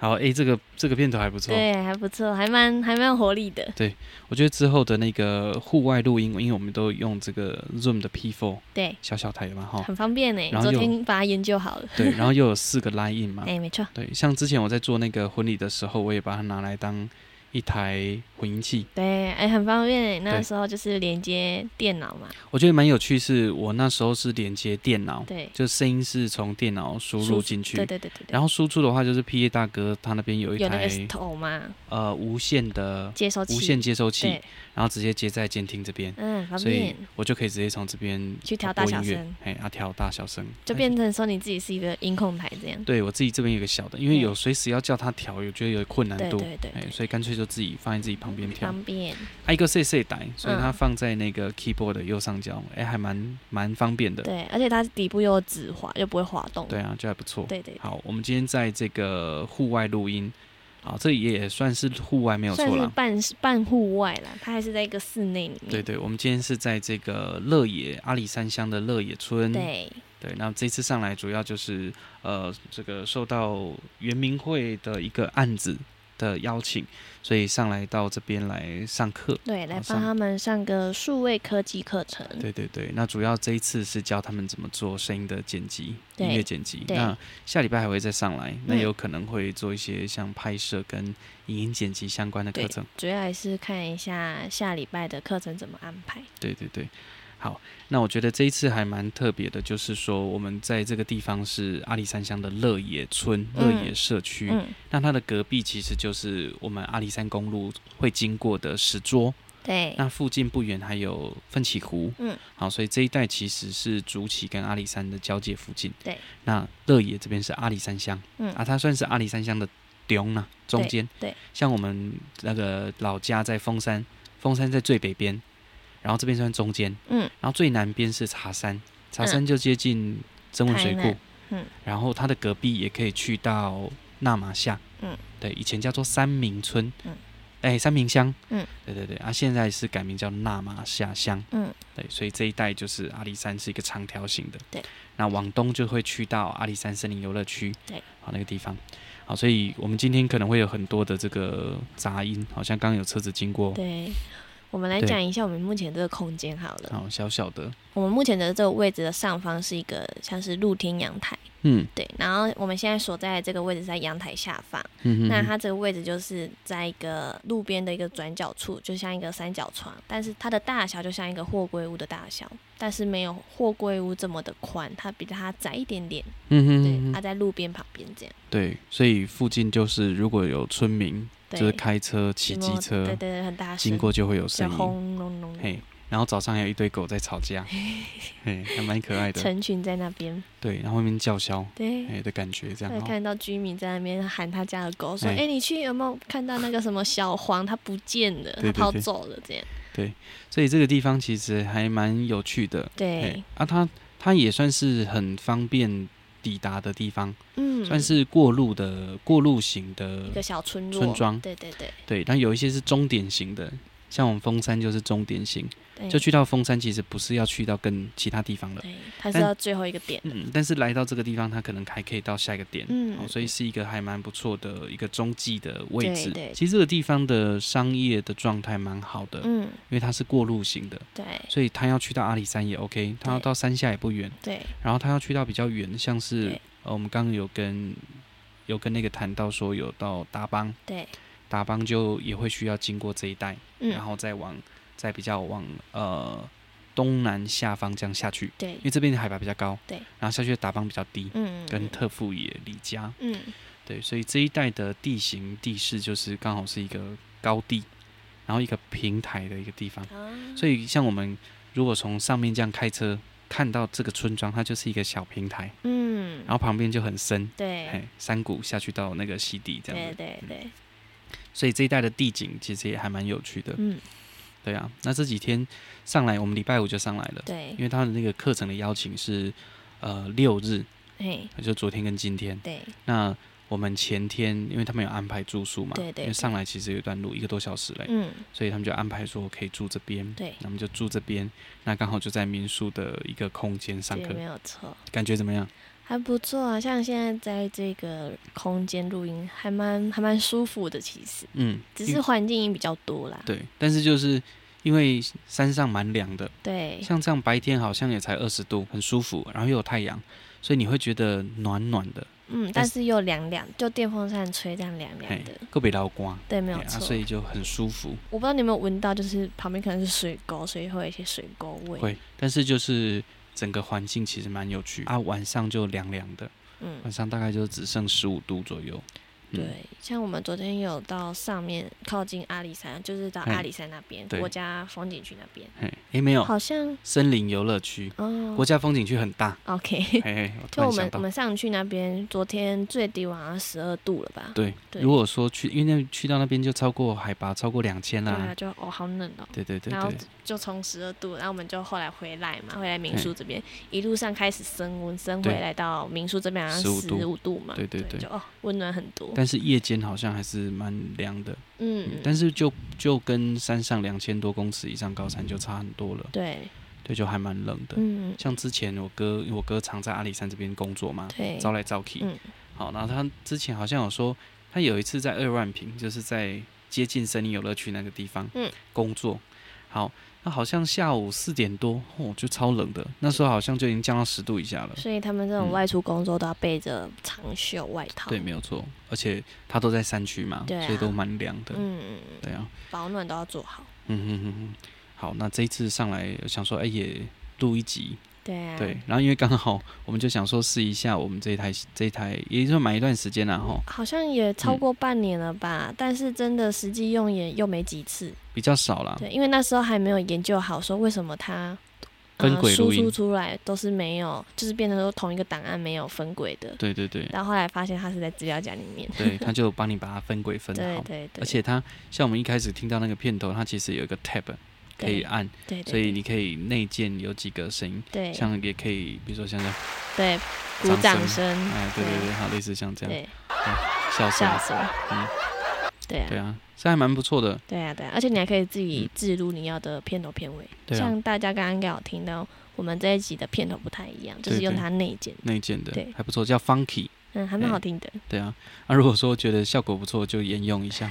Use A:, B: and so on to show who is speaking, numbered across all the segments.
A: 好诶，这个这个片头还不错，
B: 对，还不错，还蛮还蛮有活力的。
A: 我觉得之后的那个户外录音，因为我们都用这个 Zoom 的 P4
B: 对，
A: 小小台的嘛 哈，
B: 很方便呢。
A: 哦然后
B: 昨
A: 又
B: 天把它研究好了。
A: 对，然后又有四个 Line in 嘛，
B: 哎，没错。
A: 对，像之前我在做那个婚礼的时候，我也把它拿来当一台混音器，
B: 对，哎，很方便欸。那
A: 对
B: 时候就是连接电脑嘛，
A: 我觉得蛮有趣，是我那时候是连接电脑，
B: 对，
A: 就声音是从电脑输
B: 输
A: 入进去
B: 对，对对对对。
A: 然后输出的话就是 P A 大哥他那边有一
B: 有那个
A: 台
B: 头嘛，
A: 呃无线的
B: 接收器，
A: 无线接收器，
B: 对，
A: 然后直接接在监听这边。
B: 嗯，很方
A: 所以
B: 便，
A: 我就可以直接从这边
B: 去调大
A: 播
B: 小
A: 音乐
B: 声，，
A: 哎，啊，调大小声，哎
B: 就变成说你自己是一个音控台这样。
A: 对我自己这边有个小的，因为
B: 嗯
A: 有随时要叫他调，我觉得有困难
B: 对
A: 度，
B: 对对，
A: 哎，
B: 对
A: 所以干脆就自己放在自己旁边调。
B: 方便。
A: 啊，一个 C C 带，所以
B: 嗯
A: 它放在那个 keyboard 的右上角，哎，还蛮蛮方便的。
B: 对，而且它底部又有指滑，又不会滑动。
A: 对啊，就还不错。
B: 对对对
A: 好，我们今天在这个户外录音，好，这也算是户外没有
B: 算
A: 错
B: 是嗯
A: 啦。
B: 半半户外啦，它还是在一个室内里面。
A: 对对，我们今天是在这个乐野阿里山乡的乐野村。
B: 对
A: 对，那这次上来主要就是呃，这个受到圆明会的一个案子的邀请，所以上来到这边来上课。
B: 对来
A: 好
B: 帮
A: 上
B: 他们上个数位科技课程。
A: 对对对，那主要这一次是教他们怎么做声音的剪辑、音
B: 对
A: 乐剪辑。
B: 对
A: 那下礼拜还会再上来，那
B: 嗯
A: 有可能会做一些像拍摄跟影音剪辑相关的课
B: 对
A: 程。
B: 主要还是看一下下礼拜的课程怎么安排。
A: 对对对，好，那我觉得这一次还蛮特别的，就是说我们在这个地方是阿里山乡的乐野村、乐
B: 嗯
A: 野社区。
B: 嗯，
A: 那它的隔壁其实就是我们阿里山公路会经过的石桌，
B: 对
A: 那附近不远还有奋起湖，
B: 嗯，
A: 好，所以这一带其实是竹崎跟阿里山的交界附近。
B: 对，
A: 那乐野这边是阿里山乡，
B: 嗯
A: 啊，它算是阿里山乡的中呢、中间。
B: 对
A: 像我们那个老家在峰山，峰山在最北边，然后这边算中间，
B: 嗯，
A: 然后最南边是茶山，茶山就接近曾文水
B: 台
A: 库
B: 南，嗯，
A: 然后它的隔壁也可以去到纳马夏，
B: 嗯，
A: 对，以前叫做三明村，
B: 嗯，
A: 哎，三明乡，
B: 嗯，
A: 对对对，啊，现在是改名叫纳马夏乡，
B: 嗯，
A: 对，所以这一带就是阿里山是一个长条形的，
B: 对，
A: 那往东就会去到阿里山森林游乐区，
B: 对，
A: 好那个地方。好，所以我们今天可能会有很多的这个杂音，好像刚刚有车子经过，
B: 对，我们来
A: 对
B: 讲一下我们目前这个空间好了。
A: 好小小的，
B: 我们目前的这个位置的上方是一个像是露天阳台，
A: 嗯
B: 对。然后我们现在所在的这个位置是在阳台下方，
A: 嗯嗯，
B: 那
A: 嗯
B: 它这个位置就是在一个路边的一个转角处，就像一个三角床，但是它的大小就像一个货柜屋的大小，但是没有货柜屋这么的宽，它比它窄一点点。
A: 嗯哼
B: 对
A: 嗯，哼
B: 它在路边旁边这样。
A: 对，所以附近就是如果有村民
B: 对，
A: 就是开车、骑
B: 有没
A: 机
B: 有
A: 车
B: 对对对，很大声，
A: 经过就会有
B: 就
A: 声音，
B: 轰隆隆，
A: 嘿，然后早上还有一堆狗在 吵架，嘿，还蛮可爱的，
B: 成群在那边，
A: 对，然后外面叫嚣，
B: 对。
A: 哎的感觉这样
B: 对，
A: 哦，
B: 看到居民在那边喊他家的狗，说：“哎、
A: 哎
B: 你去有没有看到那个什么小黄？它不见了，它
A: 对对
B: 跑
A: 对
B: 走了。”这样，
A: 所以这个地方其实还蛮有趣的，
B: 对
A: 哎，，啊，它它也算是很方便抵达的地方，
B: 嗯，
A: 算是过路的过路型的
B: 一个小村落，
A: 村庄
B: 对对对，
A: 对，但有一些是终点型的，像我们峰山就是终点型，
B: 对
A: 就去到峰山其实不是要去到更其他地方了，
B: 对，它是
A: 但
B: 到最后一个点，
A: 嗯，但是来到这个地方，它可能还可以到下一个点，
B: 嗯
A: 好所以是一个还蛮不错的一个中继的位置。
B: 对对
A: 其实这个地方的商业的状态蛮好的，因
B: 嗯，
A: 为它是过路型的，
B: 对
A: 所以他要去到阿里山也 OK，他要到山下也不远，
B: 对
A: 然后他要去到比较远，像是
B: 对
A: 呃我们刚刚有跟有跟那个谈到说有到达邦，
B: 对，
A: 达邦就也会需要经过这一带，
B: 嗯，
A: 然后再往再比较往呃东南下方这样下去，
B: 对
A: 因，为这边的海拔比较高，
B: 对，
A: 然后下去的达邦比较低，
B: 嗯，
A: 跟特富野、李家，
B: 嗯
A: 对，所以这一带的地形地势就是刚好是一个高地，然后一个平台的一个地方，
B: 啊，
A: 所以像我们如果从上面这样开车看到这个村庄，它就是一个小平台，
B: 嗯，
A: 然后旁边就很深，
B: 对
A: 哎，山谷下去到那个溪底这样
B: 对
A: 子，
B: 对对，
A: 所以这一带的地景其实也还蛮有趣的，
B: 嗯
A: 对啊，那这几天上来，我们礼拜五就上来了，
B: 对
A: 因，为他的那个课程的邀请是呃六日，
B: 嘿
A: 就昨天跟今天。
B: 对
A: 那我们前天，因为他们有安排住宿嘛，
B: 对对
A: 因为上来其实有一段路，一个多小时嘞，
B: 嗯，
A: 所以他们就安排说可以住这边，
B: 对
A: 那我们就住这边，那刚好就在民宿的一个空间上
B: 嗯对，
A: 课
B: 没，有错，
A: 感觉怎么样？
B: 还不错啊。像现在在这个空间录音，还蛮还蛮舒服的，其实
A: 嗯，
B: 只
A: 因
B: 是环境音比较多啦。
A: 对，但是就是因为山上蛮凉的，
B: 对
A: 像这样白天好像也才二十度，很舒服，然后又有太阳，所以你会觉得暖暖的，
B: 嗯，但是又凉凉，就电风扇吹这样凉凉
A: 嘿
B: 的。，
A: 个别老光，
B: 对，没有
A: 嘿啊
B: 错。
A: 所以就很舒服。
B: 我不知道你有没有闻到，就是旁边可能是水沟，所以会有一些水沟味。
A: 会，但是就是整个环境其实蛮有趣啊，晚上就凉凉的，
B: 嗯，
A: 晚上大概就只剩十五度左右。嗯
B: 对，像我们昨天有到上面靠近阿里山，就是到
A: 嘿
B: 阿里山那边
A: 对哦
B: 国家风景区那边，
A: 嘿，诶，没有，
B: 好像
A: 森林游乐区，
B: 哦
A: 国家风景区 很大。
B: ，OK，
A: 嘿嘿，我突
B: 就我们
A: 然想
B: 我
A: 到，
B: 们上去那边，昨天最低晚上十二度了吧？
A: 对，
B: 对
A: 如果说去，因为那去到那边就超过海拔超过两千
B: 对啊，
A: 啦。
B: 就哦好冷哦。
A: 对对对
B: 然后
A: 对，
B: 就从十二度，然后我们就后来回来嘛，回来民宿这边，一路上开始升温，升回
A: 对
B: 来到民宿这边好像
A: 15度
B: 十五度嘛，
A: 对对对
B: 就哦温暖很多，
A: 但是夜间好像还是蛮凉的，
B: 嗯
A: 嗯，
B: 嗯，
A: 但是就就跟山上两千多公尺以上高山就差很多了，
B: 对，
A: 对，就还蛮冷的。
B: 嗯
A: 像之前我哥，因为我哥常在阿里山这边工作嘛，
B: 对，
A: 招来招去。
B: 嗯
A: 好，然后他之前好像有说，他有一次在二万平，就是在接近森林游乐区那个地方，
B: 嗯
A: 工作。好，那好像下午四点多，哦，就超冷的，那时候好像就已经降到十度以下了。
B: 所以他们这种
A: 嗯
B: 外出工作都要备着长袖外套，
A: 对，没有错，而且他都在山区嘛，
B: 对啊
A: 所以都蛮凉的。
B: 嗯，
A: 对啊，
B: 保暖都要做好。
A: 嗯哼哼哼。好，那这一次上来想说，哎、也录一集，
B: 对啊，
A: 对，，嗯然后因为刚好我们就想说试一下我们这一台这一台，也就是买一段时间啦，吼，
B: 好像也超过半年了吧，但是真的实际用也又没几次。
A: 比较少啦，
B: 对，因为那时候还没有研究好说为什么它。
A: 分轨
B: 呃、输
A: 录音
B: 出出来都是没有，就是变成说同一个档案没有分轨的。
A: 对对对
B: 然后后来发现它是在资料夹里面。
A: 对，他就帮你把它分轨分
B: 对
A: 好，
B: 对对，
A: 而且它像我们一开始听到那个片头，它其实有一个 tab 可以
B: 对
A: 啊按，
B: 对对，
A: 所以你可以内建有几个声音，
B: 对
A: 像也可以，比如说像这样，
B: 对鼓掌
A: 掌声
B: 声，
A: 哎，对对对，啊好，类似像这样
B: 对
A: 笑声
B: 笑，声
A: 嗯，
B: 对啊
A: 对啊，这还蛮不错的，
B: 对啊，对啊，而且你还可以自己置入你要的片头片尾。
A: 对啊
B: 像大家刚刚应该有听到，我们这一集的片头不太一样，就
A: 对
B: 是用
A: 对
B: 它内建，
A: 内建
B: 对
A: 的还不错，叫 Funky，
B: 嗯，还蛮好听的。
A: 对啊，啊，如果说觉得效果不错，就沿用 一下。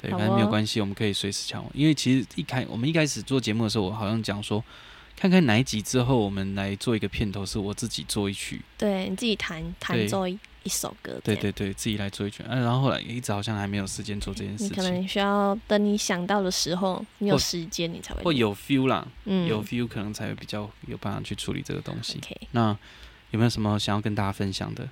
A: 对，
B: 好
A: 反正没有
B: 哦
A: 关系，我们可以随时调。因为其实一开我们一开始做节目的时候，我好像讲说，看看哪一集之后，我们来做一个片头，是我自己做一曲，
B: 对，你自己弹弹奏一一首歌，
A: 对。对对，自己来做一曲。啊，然后后来一直好像还没有时间做这件
B: 嗯你
A: 事
B: 可
A: 情，
B: 能需要等你想到的时候，你有
A: 或
B: 时间你才会
A: 或
B: 录
A: 有 feel 啦，
B: 嗯
A: 有 feel 可能才会比较有办法去处理这个东西。
B: OK。
A: 那有没有什么想要跟大家分享的？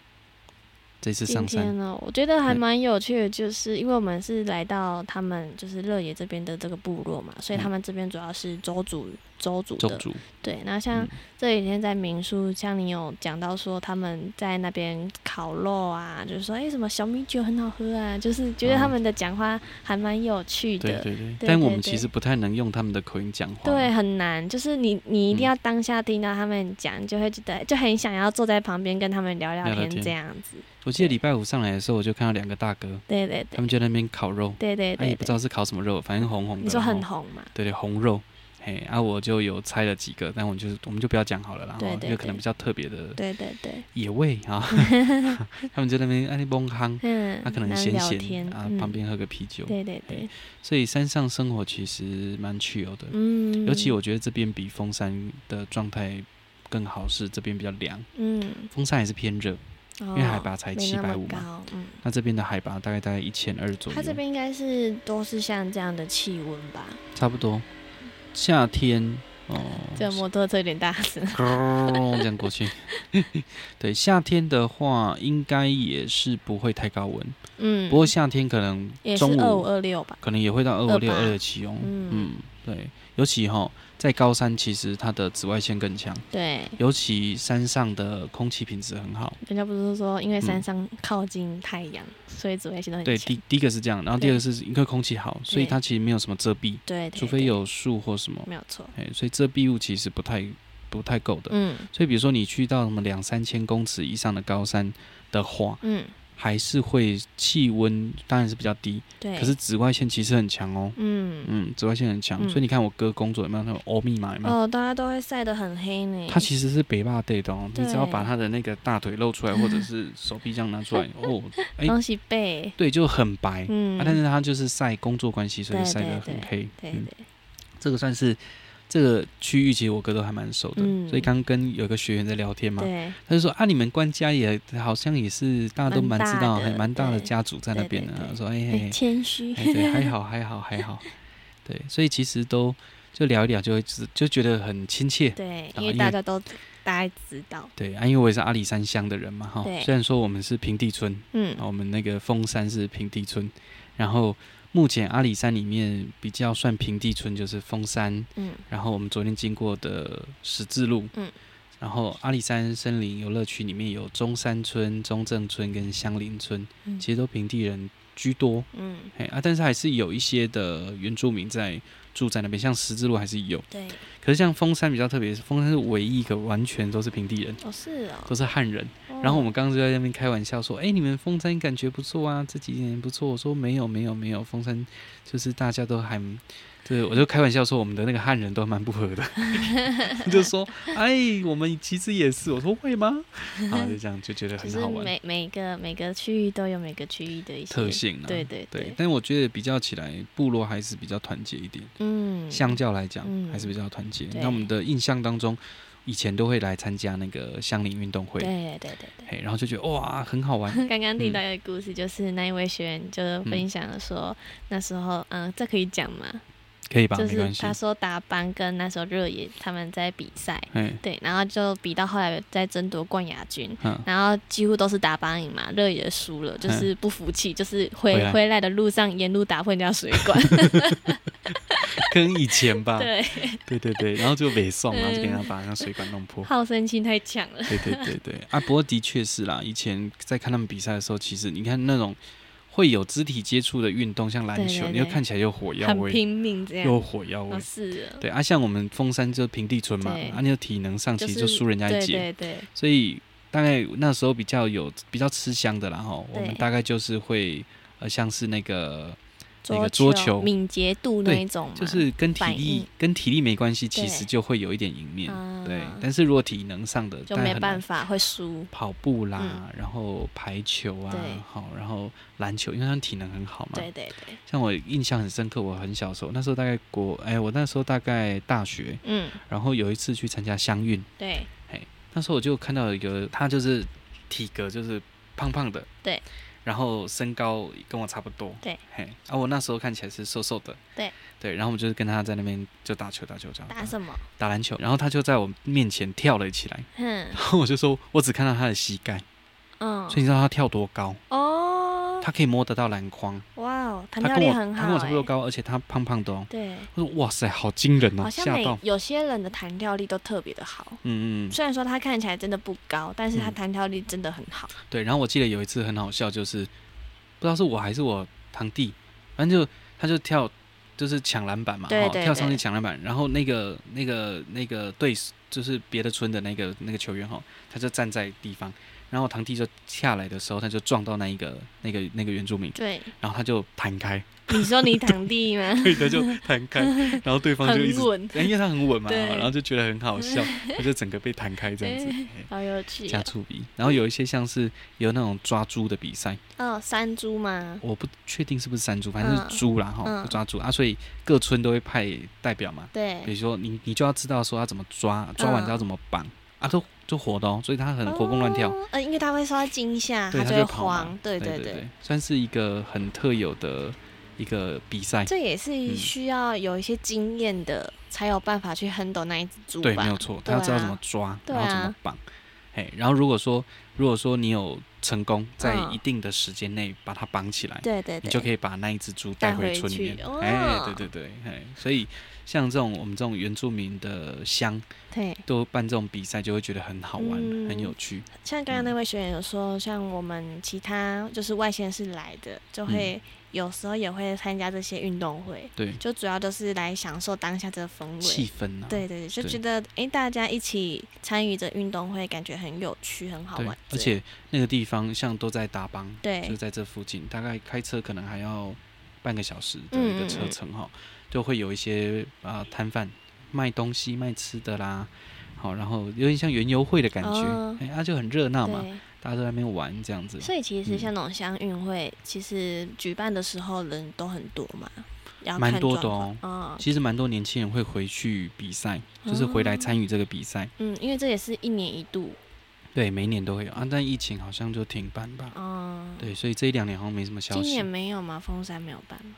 A: 这次
B: 今
A: 上山嗯
B: 天，哦呢，我觉得还
A: 对
B: 蛮有趣的，就是因为我们是来到他们就是乐野这边的这个部落嘛，所以
A: 嗯
B: 他们这边主要是州主州主
A: 咒
B: 的
A: 主，
B: 对。那像
A: 嗯
B: 这几天在民宿，像你有讲到说他们在那边烤肉啊，就是说哎、诶什么小米酒很好喝啊，就是觉得
A: 哦
B: 他们的讲话还蛮有趣的。
A: 对对对，
B: 对对
A: 但我们
B: 对
A: 其实不太能用他们的口音讲话。
B: 对，很难，就是你你一定
A: 嗯
B: 要当下听到他们讲，你就会觉得就很想要坐在旁边跟他们聊聊
A: 聊聊
B: 天
A: 天
B: 这样子。
A: 我记得
B: 对
A: 礼拜五上来的时候，我就看到两个大哥，
B: 对对
A: 他
B: 对
A: 们就在那边烤肉，
B: 对对
A: 他
B: 对
A: 嗯啊也不知
B: 对，
A: 道是烤什么肉，反正红红的。
B: 你说很
A: 然后
B: 红嘛？
A: 对对，红肉。嘿，啊，我就有猜了几个，但我就是我们就不要讲好了啦，
B: 对
A: 然后
B: 对
A: 有可能
B: 对
A: 比较特别的
B: 对对对，
A: 野味 啊， 他们就在那边安利啊崩康，
B: 嗯，
A: 他、可能
B: 难
A: 咸
B: 聊
A: 咸
B: 天
A: 啊，
B: 嗯
A: 旁边喝个啤酒，
B: 对对对，
A: 所以山上生活其实蛮自由的，
B: 嗯，
A: 尤其我觉得这边比峰山的状态更好，是这边比较凉，
B: 嗯，哦
A: 峰山还是偏热，
B: 因
A: 因为海拔才七百五嘛，
B: 高，嗯。
A: 那这边的海拔大概大概一千二左右，
B: 它这边应该是都是像这样的气温吧？
A: 差不多。夏天哦，
B: 这摩托车有点大声。
A: 咯这样过 去。对，夏天的话应该也是不会太高温，
B: 嗯，
A: 不过夏天可能
B: 也是
A: 中
B: 二五
A: 午
B: 二六吧？
A: 可能也会到二五六、
B: 28
A: 二六七哦。
B: 嗯
A: 嗯，对，尤其哈、在高山其实它的紫外线更强，
B: 对，
A: 尤其山上的空气品质很好。
B: 人家不是说因为山
A: 嗯
B: 上靠近太阳，所以紫外线都很
A: 对，
B: 强
A: 第第一个是这样，然后第
B: 对
A: 二个是因为空气好，所以
B: 对
A: 它其实没有什么遮蔽，
B: 对，对
A: 除非
B: 对
A: 有树或什么，
B: 没有错。
A: 哎，所以遮蔽物其实不太不太够的。
B: 嗯
A: 所以，比如说你去到什么两三千公尺以上的高山的话，
B: 嗯，
A: 还是会气温当然是比较低，
B: 对，
A: 可是紫外线其实很强哦。
B: 嗯，
A: 嗯，紫外线很强，
B: 嗯
A: 所以你看我哥工作有没有那种欧密码有没有？
B: 哦，大家都会晒得很黑呢。
A: 他嗯其实是北霸对的哦，你
B: 对
A: 只要把他的那个大腿露出来，或者是手臂这样拿 出来，哦，哎、
B: 东西背，
A: 对，就很白。
B: 嗯，
A: 啊，但是他就是晒工作关系，所以
B: 对
A: 晒得
B: 对
A: 很黑。
B: 对
A: 嗯，
B: 对，
A: 这个算是这个区域，其实我哥都还蛮熟的。
B: 嗯
A: 所以刚跟有个学员在聊天嘛，
B: 对哎
A: 他就说啊，你们关家也好像也是大家都蛮
B: 蛮大
A: 知道，
B: 的
A: 还蛮大的
B: 对
A: 家族在那
B: 对
A: 边的、
B: 对对
A: 啊。说哎
B: 哎，
A: 哎
B: 谦虚，
A: 哎，对， 还好还好还好。对，所以其实都就聊一聊就会知就觉得很亲切。
B: 对，
A: 啊
B: 因为
A: 因
B: 大
A: 为
B: 家都大概知道，
A: 对啊，因为我也是阿里山乡的人嘛，哈
B: 对。
A: 虽然说我们是平地村，
B: 嗯
A: 啊，，我们那个峰山是平地村，然后目前阿里山里面比较算平地村就是峰山，
B: 嗯，
A: 然后我们昨天经过的十字路，
B: 嗯，
A: 然后阿里山森林游乐区里面有中山村、中正村跟香林村，
B: 嗯
A: 其实都平地人居多，
B: 嗯，
A: 嘿啊，但是还是有一些的原住民在住在那边，像十字路还是有，
B: 对，
A: 可是像峰山比较特别，峰山是唯一一个完全都是平地人，
B: 哦是哦，
A: 都是汉人。
B: 哦
A: 然后我们刚刚就在那边开玩笑说，哎、你们峰山感觉不错啊，这几年不错。我说没有没有没有，峰山就是大家都还，对我就开玩笑说我们的那个汉人都蛮 不合的， 就说哎，我们其实也是。我说会吗？ 然后就这样就觉得
B: 就
A: 很
B: 是
A: 好玩，
B: 每每个每个区域都有每个区域的一些
A: 特，性啊，
B: 对对
A: 对。但我觉得比较起来，部落还是比较团结一点，
B: 嗯，
A: 相较来讲、
B: 嗯
A: 还是比较团结。
B: 对
A: 那我们的印象当中，以前都会来参加那个乡邻运动会。
B: 对对对对。
A: 嘿，然后就觉得哇，很好玩，
B: 刚刚听到
A: 嗯
B: 一个故事，就是那一位学员就分享了说，那时候，嗯，这可以讲吗？
A: 可以吧？
B: 就
A: 没
B: 是
A: 关系
B: 他。说达班跟那时候热野他们在比赛，
A: 哎，
B: 对，然后就比到后来在争夺冠亚军，
A: 嗯，
B: 然后几乎都是达班赢嘛，热野输了，就是不服气，就是回
A: 回来
B: 回来的路上沿路打破人家水 管，
A: 跟以前吧，
B: 对，
A: 对对对，然后就北送，然后就给他
B: 嗯
A: 把那水管弄破。
B: 好胜心太强了，
A: 对对对对，啊，不过的确是啦，以前在看他们比赛的时候，其实你看那种会有肢体接触的运动，像篮
B: 对
A: 球，
B: 对
A: 你会
B: 对
A: 看起来有火药
B: 很
A: 味，
B: 拼命这
A: 有
B: 样，
A: 火药味
B: 哦，。是啊，
A: 对啊，像我们峰山就是平地村嘛，
B: 对
A: 啊，那个体能上其实就是输人家一
B: 对
A: 截，
B: 对对，
A: 所以大概那时候比较有比较吃香的啦哈，我们
B: 对
A: 大概就是会呃像是那个那
B: 桌
A: 个桌球
B: 敏捷度那
A: 对
B: 一种嘛，
A: 就是跟体
B: 反
A: 力
B: 应
A: 跟体力没关系，其
B: 对
A: 实就会有一点赢面。
B: 啊
A: 对，但是如果体能上的，
B: 就
A: 大家
B: 没
A: 很
B: 办
A: 难
B: 法会输，
A: 跑步啦，然后排球啊
B: 对，
A: 好，然后篮球，因为他们体能很好嘛。
B: 对对对，
A: 像我印象很深刻，我很小时候，那时候大概国，哎，我那时候大概大学，
B: 嗯，
A: 然后有一次去参加乡运，
B: 对
A: 那时候我就看到一个，他就是体格就是胖胖的，
B: 对，
A: 然后身高跟我差不多，
B: 对，
A: 嘿，啊，我那时候看起来是瘦瘦的，
B: 对，
A: 对，然后我们就是跟他在那边就打球打球这样，
B: 打什么？
A: 打篮球，然后他就在我面前跳了起来，
B: 哼，
A: 然后我就说我只看到他的膝盖，
B: 嗯
A: 所以，你知道他跳多高，
B: 哦，
A: 他可以摸得到篮筐，
B: 哇哦，弹
A: 他
B: 跳
A: 跟
B: 力
A: 我
B: 很好、欸，
A: 他跟我差不多高，而且他胖胖的哦，
B: 对，
A: 我说哇塞，好惊人哦，
B: 好像
A: 吓
B: 每
A: 到，
B: 有些人的弹跳力都特别的好。
A: 嗯嗯，嗯
B: 虽然说他看起来真的不高，但是他
A: 嗯
B: 弹跳力真的很好。
A: 对，然后我记得有一次很好笑，就是不知道是我还是我堂弟，反正就他就跳。就是抢篮板嘛，
B: 对
A: 哈
B: 对
A: 跳上去
B: 对
A: 抢篮板，然后那个那个那个对手，就是别的村的那个那个球员哈，他就站在地方，然后我堂弟就下来的时候，他就撞到那一个那个那个原住民，
B: 对，
A: 然后他就弹开，
B: 你说你堂弟吗？
A: 对，他就弹开，然后对方就一
B: 很
A: 直，
B: 稳，
A: 因为他很稳嘛，
B: 对
A: 然后就觉得很好笑，他就整个被弹开这样子，哎
B: 好有趣
A: 加
B: 哦。
A: 醋鼻。然后有一些像是有那种抓猪的比赛，
B: 哦，山猪吗？
A: 我不确定是不是山猪，反正
B: 嗯
A: 是猪啦哈，
B: 嗯
A: 就抓猪啊，所以各村都会派代表嘛。比
B: 对，嗯
A: 如说你你就要知道说要怎么抓，抓完之后怎么绑啊，都就活的哦，所以他很活蹦乱跳。
B: 哦。呃，因为他会受到惊吓，
A: 对
B: 就
A: 他
B: 会
A: 就跑嘛
B: 慌。对
A: 对
B: 对，
A: 对，算是一个很特有的一个比赛。
B: 这也是
A: 嗯
B: 需要有一些经验的，才有办法去 handle 那一只猪
A: 对，
B: 吧
A: 没有。错，他
B: 对
A: 要知道怎
B: 啊
A: 么抓，
B: 对
A: 然后怎
B: 啊
A: 么绑。嘿，然后如果说如果说你有成功在
B: 嗯
A: 一定的时间内把它绑起来，
B: 对对
A: 你
B: 对，
A: 就可以把那一只猪带
B: 带
A: 回
B: 回
A: 村里
B: 去
A: 面
B: 哦。
A: 哎，对对对，哎，所以像这种我们这种原住民的乡
B: 对。
A: 都办这种比赛，就会觉得很好玩，很
B: 嗯
A: 有趣。
B: 像刚刚
A: 嗯
B: 那位学员有说，像我们其他就是外县市来的，就会有时候也会参加这些运动会，
A: 嗯对，
B: 就主要都是来享受当下这个氛
A: 气
B: 围。
A: 氛啊，
B: 对对对，就
A: 对
B: 觉得诶，大家一起参与着运动会，感觉很有趣，很好
A: 对
B: 玩。
A: 而
B: 这样
A: 且那个地方向都在达邦，
B: 对
A: 就在这附近，大概开车可能还要半个小时的一个车程
B: 嗯
A: 哈、就会有一些啊摊贩卖东西、卖吃的啦，好，然后有点像园游会的感觉，哎、
B: 哦
A: 啊就很热闹嘛，
B: 对，
A: 大家都在那边玩这样子，
B: 所以其实
A: 嗯
B: 像那种乡运会，其实举办的时候人都很多嘛，要
A: 蛮
B: 看
A: 多的哦
B: 状况嗯
A: 其实蛮多年轻人会回去比赛，
B: 哦
A: 就是回来参与这个比赛，
B: 嗯，因为这也是一年一度，
A: 对，每一年都会有啊，但疫情好像就停办吧，
B: 嗯，
A: 对，所以这一两年好像没什么消
B: 今
A: 息
B: 年，没有吗？峰山没有办吗？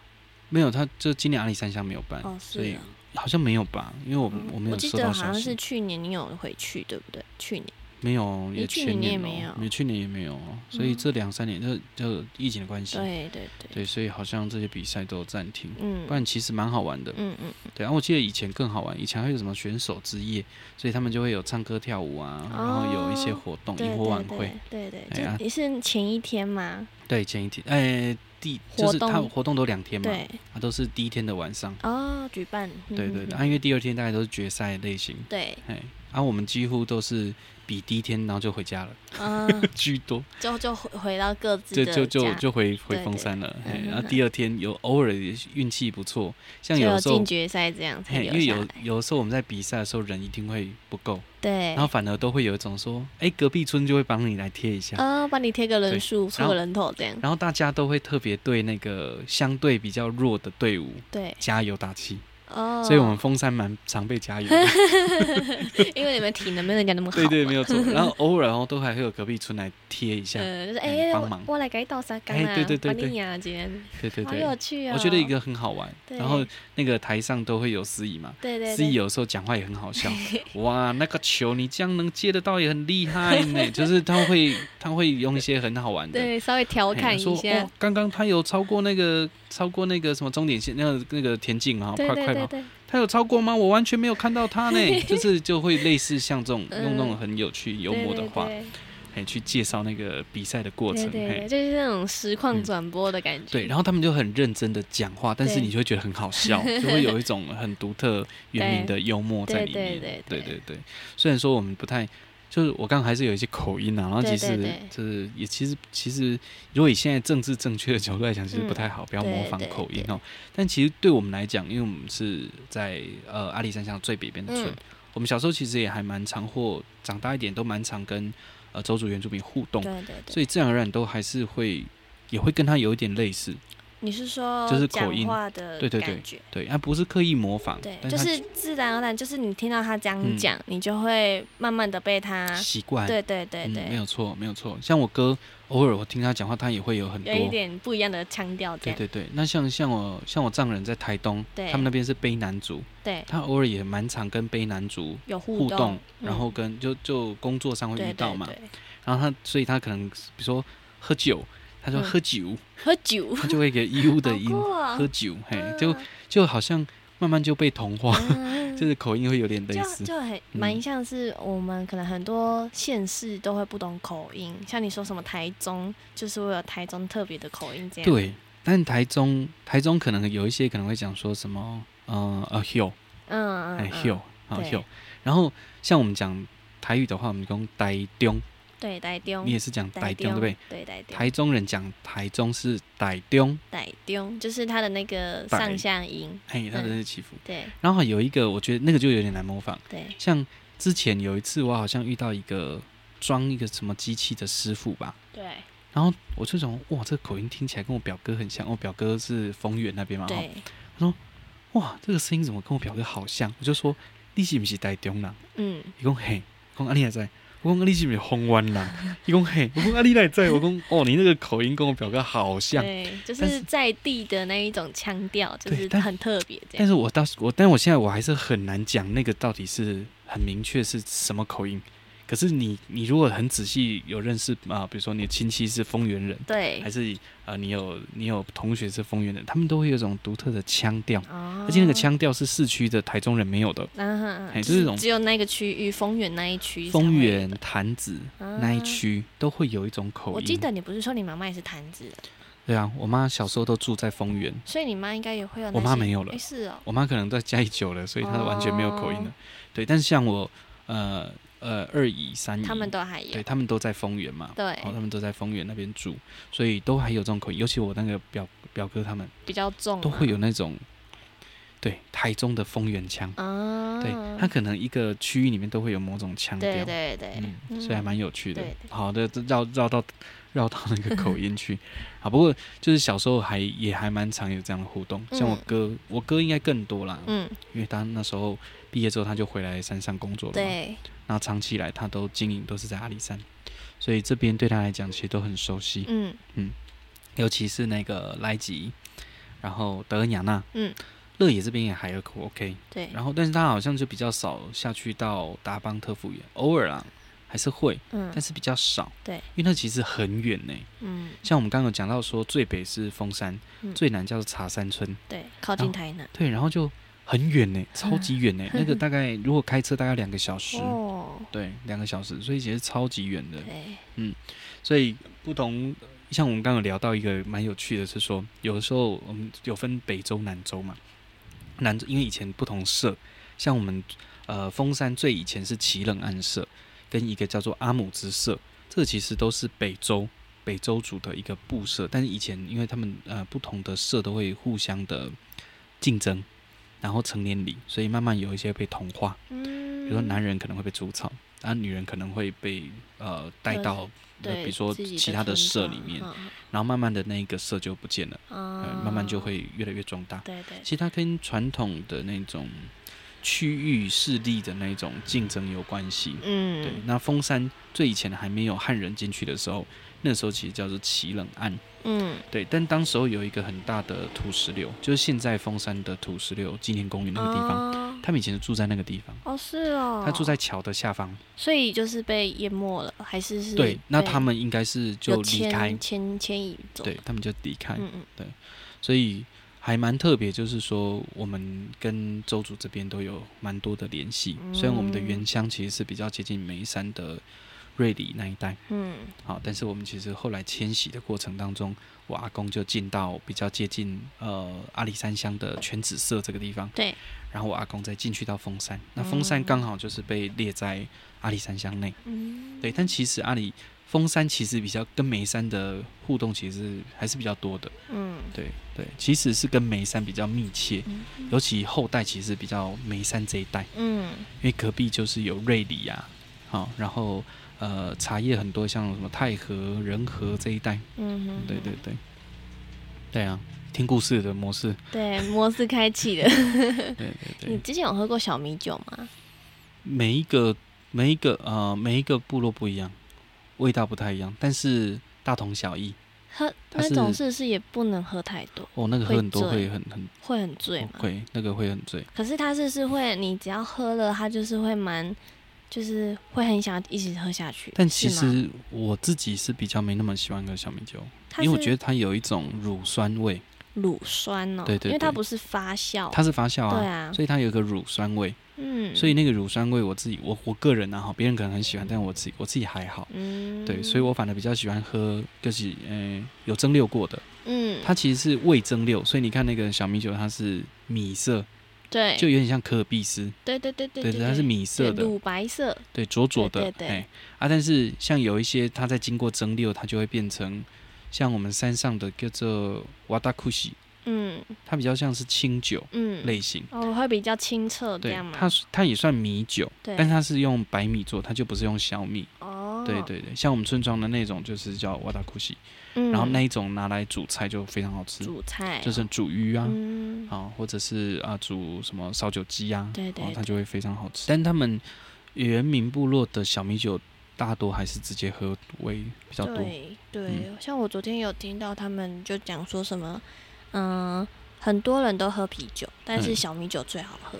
A: 没有，他就今年阿里山乡没有办，
B: 哦，
A: 嗯所
B: 是
A: 以
B: 啊，
A: 好像没有吧，因为我、
B: 嗯
A: 我没有
B: 记
A: 收
B: 得
A: 到
B: 好
A: 消
B: 像是
A: 息，
B: 去年你有回去，对不对？去年
A: 没有，
B: 诶
A: 也
B: 去年
A: 前
B: 你也
A: 年
B: 没
A: 哦
B: 有
A: 也去年也没有哦，所以
B: 嗯
A: 这两三年就就疫情的关系，
B: 对对对，
A: 对，所以好像这些比赛都有暂停，
B: 嗯
A: 不然其实蛮好玩的，
B: 嗯嗯
A: 对，啊然后我记得以前更好玩，以前还有什么选手之夜，所以他们就会有唱歌跳舞啊，然后有一些
B: 哦
A: 活动，
B: 对
A: 萤火晚
B: 对
A: 会，
B: 对对
A: 哎
B: 对，
A: 啊
B: 就你是前一天吗？
A: 对，前一天，哎、第就
B: 活
A: 是他
B: 动
A: 活动都两天嘛，
B: 对，
A: 啊，都是第一天的晚上，
B: 哦，举办，
A: 对
B: 嗯
A: 对对，
B: 嗯
A: 啊，因为第二天大概都是决赛类型，
B: 对，
A: 哎，啊，我们几乎都是比第一天，然后就回家了，
B: 嗯，
A: 居多，
B: 就就回回到各自
A: 就
B: 的
A: 就就
B: 家
A: 就回回
B: 对
A: 峰
B: 对
A: 山了，
B: 嗯
A: 哎，
B: 嗯
A: 然后
B: 嗯
A: 第二天有偶尔也是运气不错，像
B: 就
A: 有
B: 有
A: 的时候
B: 进。决赛这样才
A: 嘿，因
B: 留
A: 为
B: 下
A: 有
B: 来。
A: 有的时候我们在比赛的时候人一定会不够，
B: 对
A: 然，后反而都会有一种说，哎、隔壁村就会帮你来贴一下，
B: 呃，帮你贴个
A: 对
B: 人数，出
A: 然后
B: 个人头这样。
A: 然后大家都会特别对那个相对比较弱的队伍
B: 对，
A: 加油打气，
B: 哦，
A: 所以我们峰山蛮常被 加油的。
B: 因为你们体能没有人家那么好，啊
A: 对对，没 有错。然后偶尔哦，都还会有隔壁村来贴一下。
B: 呃，就是
A: 哎
B: 哎，
A: 帮
B: 我
A: 忙
B: 我来给你倒沙缸
A: 哎
B: 啊，
A: 对对对
B: 帮
A: 对
B: 你呀，今天
A: 对对
B: 好有
A: 对，
B: 趣哦。
A: 我觉得一个很好玩。然后
B: 对
A: 那个台上都会有司仪嘛，
B: 对对
A: 司仪
B: 对，
A: 有时候讲话也很 好笑。哇，那个球你这样能接得到也很厉害 呢。就是他会他会用一些很好玩的。
B: 对稍微调
A: 我
B: 侃一
A: 说
B: 下
A: 哦，，刚刚他有超过那个超过那个什么终点线，那个那个田径啊，
B: 对
A: 快
B: 对
A: 快
B: 对
A: 跑，
B: 对，
A: 他有超过吗？我完全没有看到 他呢。就是就会类似像这种用那种
B: 嗯
A: 很有趣幽默的话，
B: 对
A: 哎，去介绍那个比赛的过
B: 对
A: 程，
B: 对对，对
A: 嘿，
B: 就是那种实况
A: 嗯
B: 转播的感觉。
A: 对，然后他们就很认真的讲话，但是
B: 对
A: 你就会觉得很好笑，就会有一种很独 特原名的幽默在里
B: 对对
A: 面，对
B: 对对
A: 对对虽然说我们不太，就是我刚刚还是有一些口音啊，然后
B: 对
A: 其
B: 对
A: 实
B: 对
A: 就是也其实其实如果以现在政治正确的角度来讲，其实不太好，不要模仿
B: 嗯对对
A: 口音哦。但其实对我们来讲，因为我们是在呃阿里山上最北边的村，
B: 嗯
A: 我们小时候其实也还蛮常或长大一点都蛮常跟呃周族原住民互动。
B: 对对对，
A: 所以自然而然都还是会，也会跟他有一点类似，
B: 你是说
A: 就是
B: 讲
A: 口音
B: 话的
A: 对对对
B: 感觉。
A: 对，他不是刻意模仿，
B: 对，
A: 但
B: 就
A: 他
B: 是自然而然，就是你听到他这
A: 嗯
B: 样讲，你就会慢慢的被他，
A: 习惯，
B: 对对对对，
A: 嗯，没有错，没有错。像我哥，偶尔我听他讲话，他也会有很多
B: 有，一点不一样的腔调这
A: 对
B: 样，
A: 对对。那像像我像我丈人在台东，
B: 对
A: 他们那边是卑南族，
B: 对
A: 他偶尔也蛮常跟卑南族
B: 有互
A: 互动，
B: 嗯
A: 然后跟就就工作上会遇
B: 对
A: 到
B: 对
A: 嘛，
B: 对，
A: 然后他所以他可能比如说喝酒，他说
B: 嗯
A: 喝酒，
B: 喝酒，
A: 他就会给义乌的
B: 好
A: 音
B: 酷哦
A: 喝酒，嘿，
B: 嗯
A: 就就好像慢慢就被同化。
B: 嗯
A: 就是口音会有点类
B: 就
A: 似，
B: 就很
A: 嗯
B: 蛮像是我们可能很多县市都会不懂口音，像你说什么台中，就是会有台中特别的口音这样。
A: 对。但台中台中可能有一些可能会讲说什么，呃呃 hill，
B: 嗯，嗯
A: 哎
B: 嗯
A: hill 啊
B: 对
A: hill，然后像我们讲台语的话，我们讲台中，
B: 对台中，
A: 你也是讲台中对不对？？
B: 对台中，
A: 台中人讲台中是台中，
B: 台中就是它的那个
A: 台
B: 上下音，
A: 嘿，哎他的
B: 嗯
A: 是起伏。
B: 对
A: 然后有一个我觉得那个就有点难模仿，
B: 对，
A: 像之前有一次我好像遇到一个装一个什么机器的师傅吧，
B: 对
A: 然后我就想哇，这个口音听起来跟我表哥很像，我表哥是丰原那边嘛，哈
B: 对，
A: 哇，这个声音怎么跟我表哥好像？我就说你是不是台中人？
B: 嗯，
A: 伊讲嘿，我讲啊你还在？我讲啊你是不是红湾人？伊讲嘿，我讲啊你还在？我讲哦，你那个口音跟我表哥好像。
B: 对，就
A: 但是
B: 是在地的那一种腔调，就
A: 对
B: 是
A: 但
B: 很特别这
A: 但
B: 样。
A: 是我当时我，但我现在我还是很难讲那个到底是很明确是什么口音。可是你你如果很仔细有认识啊、比如说你的亲戚是丰原人，
B: 对
A: 还，是啊你有你有同学是丰原人，他们都会有一种独特的腔调，
B: 哦
A: 而且那个，腔调是市区的台中人没有的。
B: 嗯哼嗯
A: 哎
B: 哼，
A: 就
B: 就
A: 是这种
B: 是只有那个区域，丰原那一区才会有的，
A: 丰原、潭子那一
B: 啊
A: 区都会有一种口音。
B: 我记得你不是说你妈妈也是坛子的，
A: 对啊，我妈小时候都住在丰原，
B: 所以你妈应该也会有那些。
A: 我妈没有了
B: 诶哦是哦，
A: 我妈可能在家里久了，所以她完全没有口音了。对，但是像我，呃，呃二乙、三乙，
B: 他们都还有
A: 对。他们都在丰原嘛，
B: 对
A: 哦，，他们都在丰原那边住，所以都还有这种口音，尤其我那个表表哥他们
B: 比较重、啊，
A: 都会有那种，对台中的丰原腔，
B: 啊，
A: 对他可能一个区域里面都会有某种腔调，
B: 对对对，
A: 嗯，所以还蛮有趣的
B: 对。
A: 好的，这绕绕到绕到那个口音 去啊。不过就是小时候还也还蛮常有这样的互动，像我
B: 嗯
A: 哥，我哥应该更多啦，
B: 嗯，
A: 因为他那时候毕业之后他就回来山上工作了嘛，
B: 对，
A: 然后长期以来他都经营都是在阿里山，所以这边对他来讲其实都很熟悉，
B: 嗯
A: 尤其是那个莱吉，然后德恩雅纳，
B: 嗯，
A: 乐野这边也还 OK，
B: 对，
A: 然后但是他好像就比较少下去到达邦特服园，偶尔啊还是会。
B: 嗯
A: 但是比较少。
B: 对
A: 因为那其实很远呢。
B: 嗯
A: 像我们刚刚有讲到说，最北是峰山，
B: 嗯
A: 最南叫做茶山村，
B: 对，靠
A: 然
B: 近
A: 后
B: 台南
A: 对，然后就很远呢，超级远 呢。那个大概如果开车大概两个小时，
B: 哦，
A: 对，两个小时，所以其实超级远的。
B: 对，
A: 所以不同，像我们刚刚有聊到一个蛮有趣的是说，有的时候我们有分北州、南州嘛。南州因为以前不同社，像我们呃峰山最以前是奇冷暗社，跟一个叫做阿姆之社，这个其实都是北州北州族的一个部社，但是以前因为他们呃不同的社都会互相的竞争，然后成年礼，所以慢慢有一些被同化，
B: 嗯，
A: 比如说男人可能会被逐草，啊女人可能会被呃带
B: 对
A: 到呃
B: 对，
A: 比如说
B: 自己
A: 其他的
B: 村
A: 社
B: 庄
A: 里面，
B: 嗯
A: 然后慢慢的那一个社就不见了，呃
B: 啊，
A: 慢慢就会越来越壮大。
B: 对对
A: 其实它跟传统的那种区域势力的那种竞争有关系。对
B: 嗯，
A: 那峰山最以前还没有汉人进去的时候，那时候其实叫做祁冷岸。
B: 嗯
A: 对，但当时候有一个很大的土石流，就是现在峰山的土石流纪念公园那个地方，
B: 方，
A: 他们以前是住在那个地方，
B: 哦是哦，
A: 他住，在桥的下方。
B: 所以就是被淹没了，还是是
A: 对，那
B: 被
A: 他们应该是就
B: 有
A: 离开
B: 迁，迁迁移走，
A: 对，哎他们就离开。
B: 嗯嗯
A: 所以还蛮特别，就是说我们跟州主这边都有蛮多的联系。虽然我们的原乡其实是比较接近眉山的瑞里那一带，
B: 嗯
A: 好，但是我们其实后来迁徙的过程当中，我阿公就进到比较接近呃阿里山乡的全子社这个地方，
B: 对，
A: 然后我阿公再进去到峰山，那峰山刚好就是被列在阿里山乡内，
B: 嗯，
A: 对，但其实阿里。峰山其实比较跟眉山的互动，其实还是比较多的。
B: 嗯
A: 对对，其实是跟眉山比较密切，
B: 嗯
A: 尤其后代其实比较眉山这一带，
B: 嗯
A: 因为隔壁就是有瑞里啊，好、然后呃茶叶很多，像什么太和、仁和这一带，
B: 嗯哼，
A: 对对对，对啊，听故事的 模式，
B: 对，模式开启了。
A: 对对
B: 你
A: 对，
B: 之前有喝过小米酒吗？
A: 每一个每一个呃每一个部落不一样，味道不太一样，但是大同小异。
B: 喝
A: 它
B: 那
A: 是
B: 种是不是也不能喝太多，
A: 哦，那个喝很多
B: 会
A: 会
B: 醉
A: 很很
B: 会很醉嘛？
A: 哦会，那个会很醉。
B: 可是它是是会，你只要喝了，它就是会蛮，就是会很想一直喝下去。
A: 但其
B: 是吗
A: 实我自己是比较没那么喜欢喝小米酒，
B: 它
A: 因
B: 是
A: 为我觉得它有一种乳酸味，
B: 乳酸哦，
A: 对对
B: 因为它
A: 对
B: 不是发酵，
A: 它是发酵
B: 对
A: 啊，
B: 啊，
A: 所以它有一个乳酸味，
B: 嗯，
A: 所以那个乳酸味我自己我我个人啊哈，别人可能很喜欢，但我自己我自己还好，
B: 嗯，
A: 对，所以我反而比较喜欢喝就是嗯、呃有蒸馏过的，
B: 嗯，
A: 它其实是未蒸馏，所以你看那个小米酒它是米色，
B: 对，
A: 就有点像可尔必斯，
B: 对对对对
A: 对，它是米色
B: 对
A: 的，
B: 乳白色，
A: 对，浊浊的，
B: 对对对
A: 哎啊，但是像有一些它在经过蒸馏，它就会变成像我们山上的叫做瓦达库西，
B: 嗯
A: 它比较像是清酒
B: 嗯，
A: 类型，
B: 哦，会比较清澈这
A: 对
B: 样，嘛，
A: 它它也算米酒，
B: 对，
A: 但是它是用白米做，它就不是用小米，
B: 哦，
A: 对，对对，像我们村庄的那种就是叫瓦达库西，
B: 嗯，
A: 然后那一种拿来煮菜就非常好吃，
B: 主菜哦
A: 就是煮鱼啊。
B: 嗯，
A: 啊，或者是啊煮什么烧酒鸡啊，
B: 对对
A: 然后它就会非常好吃。但他们原民部落的小米酒大多还是直接喝为比较多，
B: 对对，
A: 嗯
B: 像我昨天有听到他们就讲说什么，嗯、很多人都喝啤酒，但是
A: 嗯
B: 小米酒最好喝。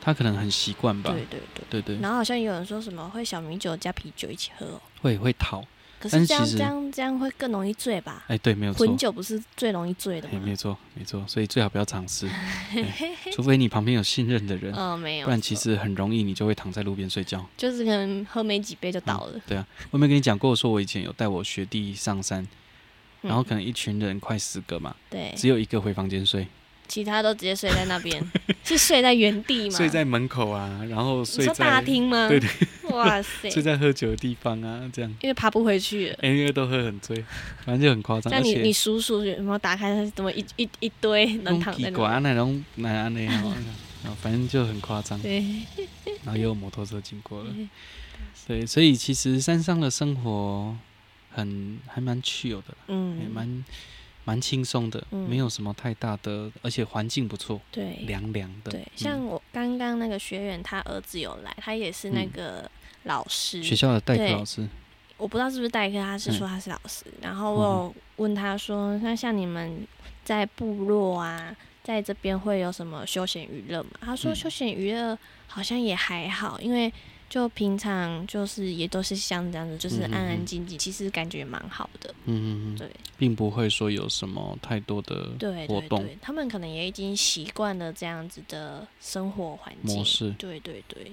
A: 他可能很习惯吧。
B: 对对对。
A: 对对
B: 然后好像有人说什么会小米酒加啤酒一起喝、哦，
A: 会会讨，
B: 可
A: 但
B: 是
A: 是
B: 这样
A: 其实
B: 这样这样会更容易醉吧？
A: 哎，对，没有错
B: 混，酒不是最容易醉的
A: 哎，没
B: 吗？
A: 错没错，所以最好不要 尝试，哎除非你旁边有信任的人，
B: 嗯、没有错。
A: 不然其实很容易你就会躺在路边睡觉。
B: 就是可能喝没几杯就倒了。
A: 对啊，我有没有跟你讲过，说我以前有带我学弟上山，
B: 嗯哎
A: 然后可能一群人快十个嘛，
B: 对，
A: 只有一个回房间睡，
B: 其他都直接睡在那边，是睡在原地吗？
A: 睡在门口啊，然后
B: 你
A: 睡
B: 说
A: 在
B: 大厅吗？
A: 对
B: 对。 哇塞！
A: 睡在喝酒的地方啊，这样。
B: 因为爬不回去了。
A: 哎、因为都喝很醉，反正就很夸张。
B: 那
A: 而
B: 你
A: 且
B: 你数数有没有打开？它怎么一一一堆能躺在
A: 屁
B: 那
A: 股
B: 里？
A: 啊那种那样 那样，然后反正就很夸张。
B: 对，
A: 然后又有摩托车经过了
B: 嗯。
A: 对，所以其实山上的生活很还蛮 chill 的啦，也
B: 嗯，
A: 蛮蛮轻松的，
B: 嗯
A: 没有什么太大的，而且环境不错，
B: 对
A: 凉凉的。
B: 对
A: 嗯。
B: 像我刚刚那个学员，他儿子有来，他也是那
A: 嗯
B: 个老师，
A: 学校的代课
B: 对
A: 老师，
B: 我不知道是不是代课，他
A: 嗯
B: 是说他是老师，然后我有问他说，那像你们在部落啊，在这边会有什么休闲娱乐嘛？他说
A: 嗯
B: 休闲娱乐好像也还好，因为就平常就是也都是像这样子，就是
A: 嗯嗯嗯
B: 安安静静，其实感觉蛮好的。
A: 嗯嗯嗯
B: 对，
A: 并不会说有什么太多的
B: 对
A: 活
B: 对
A: 动
B: 对，他们可能也已经习惯了这样子的生活环境
A: 模。式。
B: 对对对，
A: 嗯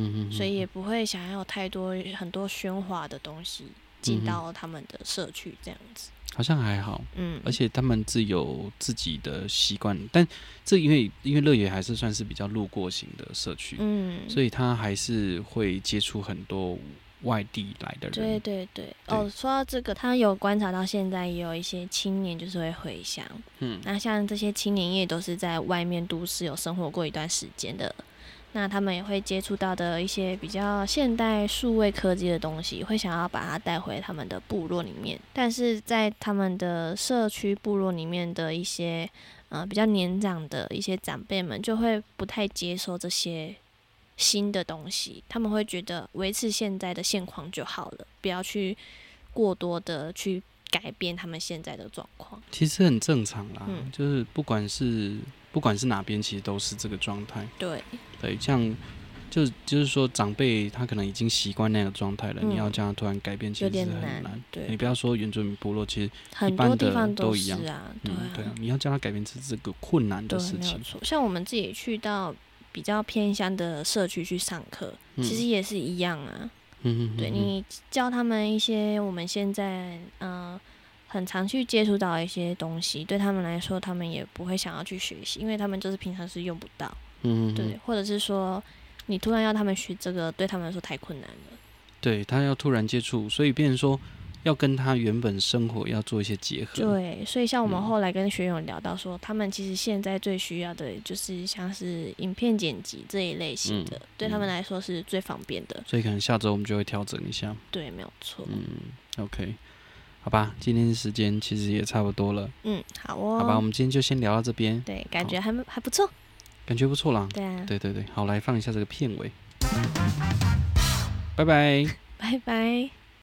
A: 嗯嗯，
B: 所以也不会想要有太多很多喧哗的东西
A: 嗯
B: 进
A: 嗯
B: 到他们的社区这样子。
A: 好像还好。
B: 嗯，
A: 而且他们自有自己的习惯，但这因为因为乐园还是算是比较路过型的社区，
B: 嗯，
A: 所以他还是会接触很多外地来的
B: 对对
A: 人。
B: 对，
A: 对
B: 哦，说到这个，他有观察到现在也有一些青年就是会回乡，
A: 嗯
B: 那像这些青年也都是在外面都市有生活过一段时间的，那他们也会接触到的一些比较现代数位科技的东西，会想要把它带回他们的部落里面，但是在他们的社区部落里面的一些呃比较年长的一些长辈们就会不太接受这些新的东西，他们会觉得维持现在的现况就好了，不要去过多的去改变他们现在的状况。
A: 其实很正常啦，
B: 嗯
A: 就是不管是不管是哪边，其实都是这个状态。
B: 对，
A: 对，像就就是说长辈他可能已经习惯那个状态了，
B: 嗯
A: 你要叫他突然改变，其
B: 有
A: 实是
B: 点
A: 很
B: 难
A: 难。
B: 对
A: 你不要说原住民部落，其实
B: 很
A: 般
B: 多地
A: 的
B: 方
A: 都一
B: 是
A: 样
B: 啊，对
A: 嗯
B: 啊，
A: 对啊，你要叫他改变是这个困难的
B: 对
A: 事
B: 没有
A: 情。嗯
B: 错。像我们自己去到比较偏乡的社区去上课，
A: 嗯
B: 其实也是一样啊。
A: 嗯嗯嗯
B: 对
A: 嗯
B: 你教他们一些我们现在嗯、呃很常去接触到的一些东西，对他们来说，他们也不会想要去学习，因为他们就是平常是用不到，
A: 嗯嗯嗯
B: 对，或者是说你突然要他们学这个，对他们来说太困难了。
A: 对他要突然接触，所以变成说要跟他原本生活要做一些结合。
B: 对，所以像我们
A: 嗯
B: 后来跟学友聊到说，他们其实现在最需要的就是像是影片剪辑这一类型的，对他们
A: 嗯
B: 来说是最方便的。
A: 所以可能下周我们就会调整一下。
B: 对，没有错。
A: 嗯，OK，好吧，今天时间其实也差不多了，
B: 嗯，好哦。
A: 好吧，我们今天就先聊到这边，
B: 对，感
A: 好
B: 觉还还不错。
A: 感觉不错啦。
B: 对啊，
A: 对对对，好，来放一下这个片尾，拜拜。
B: 拜拜。